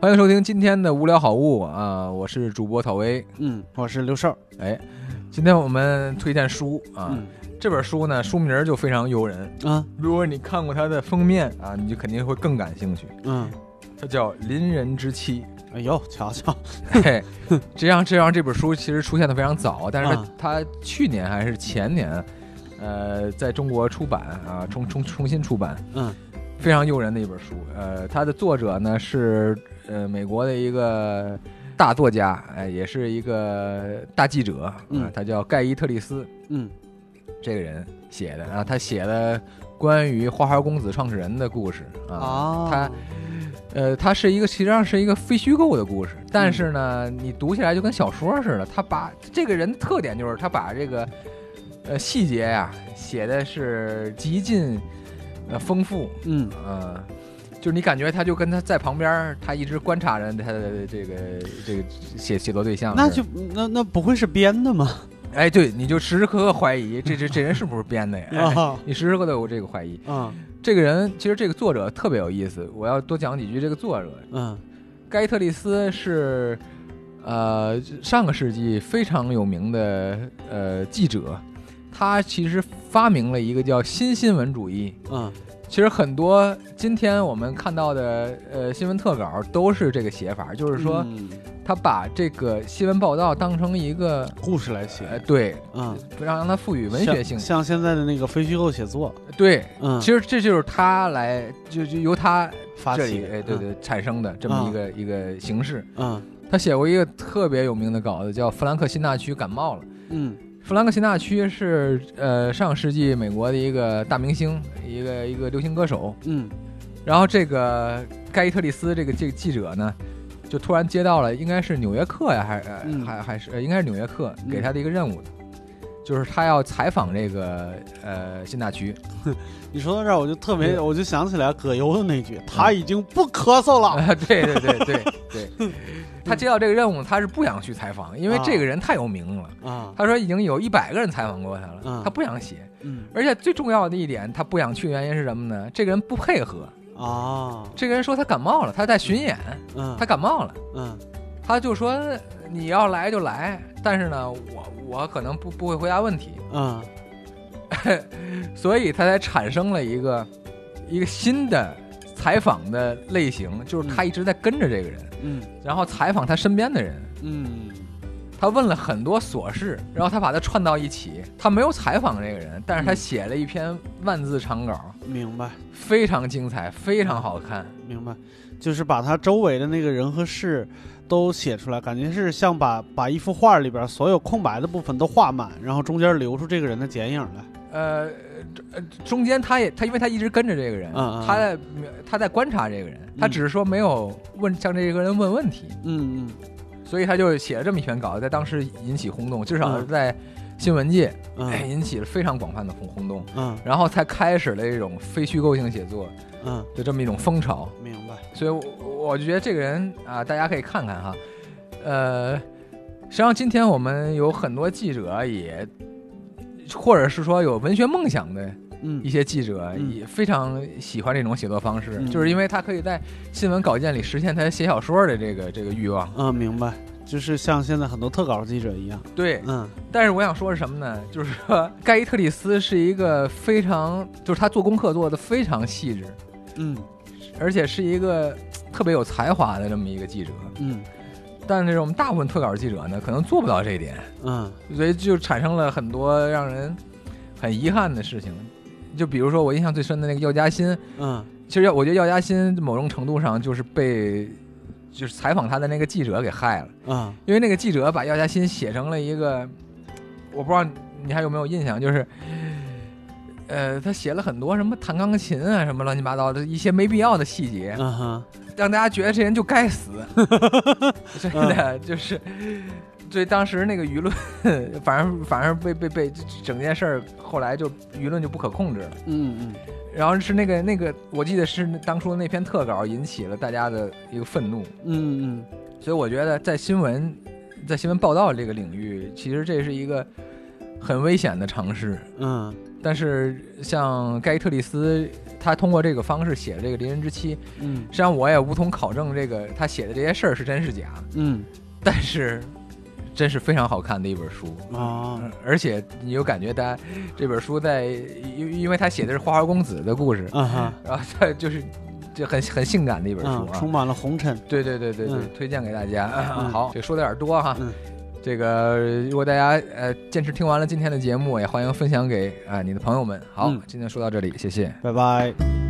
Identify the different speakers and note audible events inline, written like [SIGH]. Speaker 1: 欢迎收听今天的无聊好物啊，我是主播讨薇。
Speaker 2: 嗯，我是刘寿。
Speaker 1: 哎，今天我们推荐书啊，
Speaker 2: 嗯
Speaker 1: 这本书呢，书名儿就非常诱人。
Speaker 2: 啊，
Speaker 1: 如果你看过它的封面啊，你就肯定会更感兴趣。
Speaker 2: 嗯，
Speaker 1: 它叫《邻人之妻
Speaker 2: 哎呦，瞧瞧，》，
Speaker 1: [LAUGHS] 嘿，这样这样这本书其实出现的非常早，但是
Speaker 2: 啊
Speaker 1: 它它去年还是前年，呃，在中国出版啊，重重重新出版，
Speaker 2: 嗯
Speaker 1: 非常诱人的一本书。呃，它的作者呢是呃美国的一个大作家，哎、也是一个大记者，啊、
Speaker 2: 嗯
Speaker 1: 他叫盖伊特利斯
Speaker 2: 嗯
Speaker 1: 这个人写的啊，他写的关于花花公子创始人的故事啊，
Speaker 2: 啊，
Speaker 1: 他呃，它是一个实际上是一个非虚构的故事，但是呢，
Speaker 2: 嗯
Speaker 1: 你读起来就跟小说似的。他把这个人的特点就是他把这个呃细节呀、写的是极尽呃丰富，
Speaker 2: 嗯
Speaker 1: 呃，就是你感觉他就跟他在旁边儿，他一直观察着他的这个这个写写作对象似的。
Speaker 2: 那就那那不会是编的吗？
Speaker 1: 哎，对，你就时时刻刻怀疑这
Speaker 2: [LAUGHS]
Speaker 1: 这这人是不是编的呀？哎
Speaker 2: 啊
Speaker 1: 你时时刻刻有这个怀疑。
Speaker 2: 啊
Speaker 1: 这个人其实这个作者特别有意思，我要多讲几句这个作者。
Speaker 2: 嗯
Speaker 1: 盖特利斯是呃上个世纪非常有名的呃记者，他其实发明了一个叫新新闻主义。
Speaker 2: 嗯
Speaker 1: 其实很多今天我们看到的呃新闻特稿都是这个写法，就是说
Speaker 2: 嗯
Speaker 1: 他把这个新闻报道当成一个
Speaker 2: 故事来写
Speaker 1: 呃对，
Speaker 2: 啊，
Speaker 1: 让让它赋予文学性
Speaker 2: 像。像现在的那个非虚构写作，
Speaker 1: 对，
Speaker 2: 嗯，
Speaker 1: 其实这就是他来就就由他
Speaker 2: 发
Speaker 1: 这
Speaker 2: 起
Speaker 1: 里，哎对，对产生的这么一个一个形式。
Speaker 2: 嗯
Speaker 1: 他写过一个特别有名的稿子，叫《弗兰克辛纳区感冒了》。
Speaker 2: 嗯
Speaker 1: 弗兰克辛纳区是呃上世纪美国的一个大明星，一个一个流行歌手。
Speaker 2: 嗯
Speaker 1: 然后这个盖伊特利斯这个这个记者呢，就突然接到了应该是《纽约客》呀，还是、呃
Speaker 2: 嗯
Speaker 1: 还还是、呃应该是《纽约客》
Speaker 2: 嗯
Speaker 1: 给他的一个任务，就是他要采访这个呃辛纳区。
Speaker 2: 你说到这儿，我就特
Speaker 1: 对
Speaker 2: 别，我就想起来葛优的那句：“他已经不咳嗽了。
Speaker 1: 啊， [LAUGHS] 对对对对对，他接到这个任务，他是不想去采访，因为这个人太有名了。”
Speaker 2: 啊，
Speaker 1: 他说已经有一百个人采访过他了
Speaker 2: 嗯，
Speaker 1: 他不想写。
Speaker 2: 嗯
Speaker 1: 而且最重要的一点，他不想去原因是什么呢？这个人不配合。
Speaker 2: 啊，
Speaker 1: 这个人说他感冒了，他在巡演，
Speaker 2: 嗯，
Speaker 1: 他感冒了，
Speaker 2: 嗯
Speaker 1: 他就说你要来就来，但是呢，我我可能不不会回答问题，
Speaker 2: 嗯
Speaker 1: 所以他才产生了一个一个新的采访的类型，就是他一直在跟着这个人，
Speaker 2: 嗯
Speaker 1: 然后采访他身边的人。
Speaker 2: 嗯
Speaker 1: 他问了很多琐事，然后他把它串到一起。他没有采访这个人，但
Speaker 2: 嗯
Speaker 1: 是他写了一篇万字长稿，
Speaker 2: 明白。
Speaker 1: 非常精彩，非常好看。
Speaker 2: 明白，就是把他周围的那个人和事都写出来，感觉是像把把一幅画里边所有空白的部分都画满，然后中间留出这个人的剪影来。
Speaker 1: 呃，中呃中间他也他因为他一直跟着这个人，
Speaker 2: 嗯嗯
Speaker 1: 他在他在观察这个人，他只是说没有问向这个人问问题，
Speaker 2: 嗯
Speaker 1: 所以他就写了这么一篇稿，在当时引起轰动，至少是
Speaker 2: 嗯
Speaker 1: 在新闻界、哎
Speaker 2: 嗯
Speaker 1: 引起了非常广泛的轰轰动，
Speaker 2: 嗯
Speaker 1: 然后才开始了这种非虚构性写作
Speaker 2: 嗯嗯，
Speaker 1: 的这么一种风潮。
Speaker 2: 明白。
Speaker 1: 所以我，我我就觉得这个人啊，大家可以看看哈，呃，实际上今天我们有很多记者也，或者是说有文学梦想的一
Speaker 2: 嗯
Speaker 1: 些记者，
Speaker 2: 嗯
Speaker 1: 也非常喜欢这种写作方式，
Speaker 2: 嗯
Speaker 1: 就是因为他可以在新闻稿件里实现他写小说的这个这个欲望。
Speaker 2: 嗯，明白，就是像现在很多特稿记者一样。
Speaker 1: 对，
Speaker 2: 嗯
Speaker 1: 但是我想说是什么呢？就是说盖伊特里斯是一个非常，就是他做功课做的非常细致，
Speaker 2: 嗯
Speaker 1: 而且是一个特别有才华的这么一个记者。
Speaker 2: 嗯
Speaker 1: 但是我们大部分特稿记者呢，可能做不到这一点，
Speaker 2: 嗯
Speaker 1: 所以就产生了很多让人很遗憾的事情。就比如说我印象最深的那个药家鑫，
Speaker 2: 嗯
Speaker 1: 其实我觉得药家鑫某种程度上就是被就是采访他的那个记者给害了，
Speaker 2: 嗯
Speaker 1: 因为那个记者把药家鑫写成了一个，我不知道你还有没有印象，就是。呃，他写了很多什么弹钢琴啊，什么乱七八糟的一些没必要的细节，
Speaker 2: 嗯哼
Speaker 1: 让大家觉得这人就该死，真的就是，对当时那个舆论， [LAUGHS] 反正反正被被被整件事儿，后来就舆论就不可控制了。
Speaker 2: 嗯
Speaker 1: 然后是那个那个，我记得是当初那篇特稿引起了大家的一个愤怒，
Speaker 2: 嗯嗯
Speaker 1: 所以我觉得在新闻在新闻报道这个领域，其实这是一个很危险的尝试。
Speaker 2: 嗯
Speaker 1: 但是像盖伊特里斯，他通过这个方式写这个《离人之妻》，
Speaker 2: 嗯
Speaker 1: 实际上我也无从考证这个他写的这些事儿是真是假，
Speaker 2: 嗯
Speaker 1: 但是真是非常好看的一本书。
Speaker 2: 啊
Speaker 1: 嗯而且你又感觉他这本书在，因因为他写的是花花公子的故事，
Speaker 2: 啊哈，
Speaker 1: 然后他就是就很很性感的一本书
Speaker 2: 嗯，
Speaker 1: 啊
Speaker 2: 充。满了红尘。
Speaker 1: 对对对对对，
Speaker 2: 嗯
Speaker 1: 推荐给大家。
Speaker 2: 嗯
Speaker 1: [LAUGHS] 好，这说的有点多啊哈。
Speaker 2: 嗯
Speaker 1: 这个如果大家呃坚持听完了今天的节目，也欢迎分享给啊、你的朋友们。好，
Speaker 2: 嗯
Speaker 1: 今天说到这里，谢谢。
Speaker 2: 拜拜。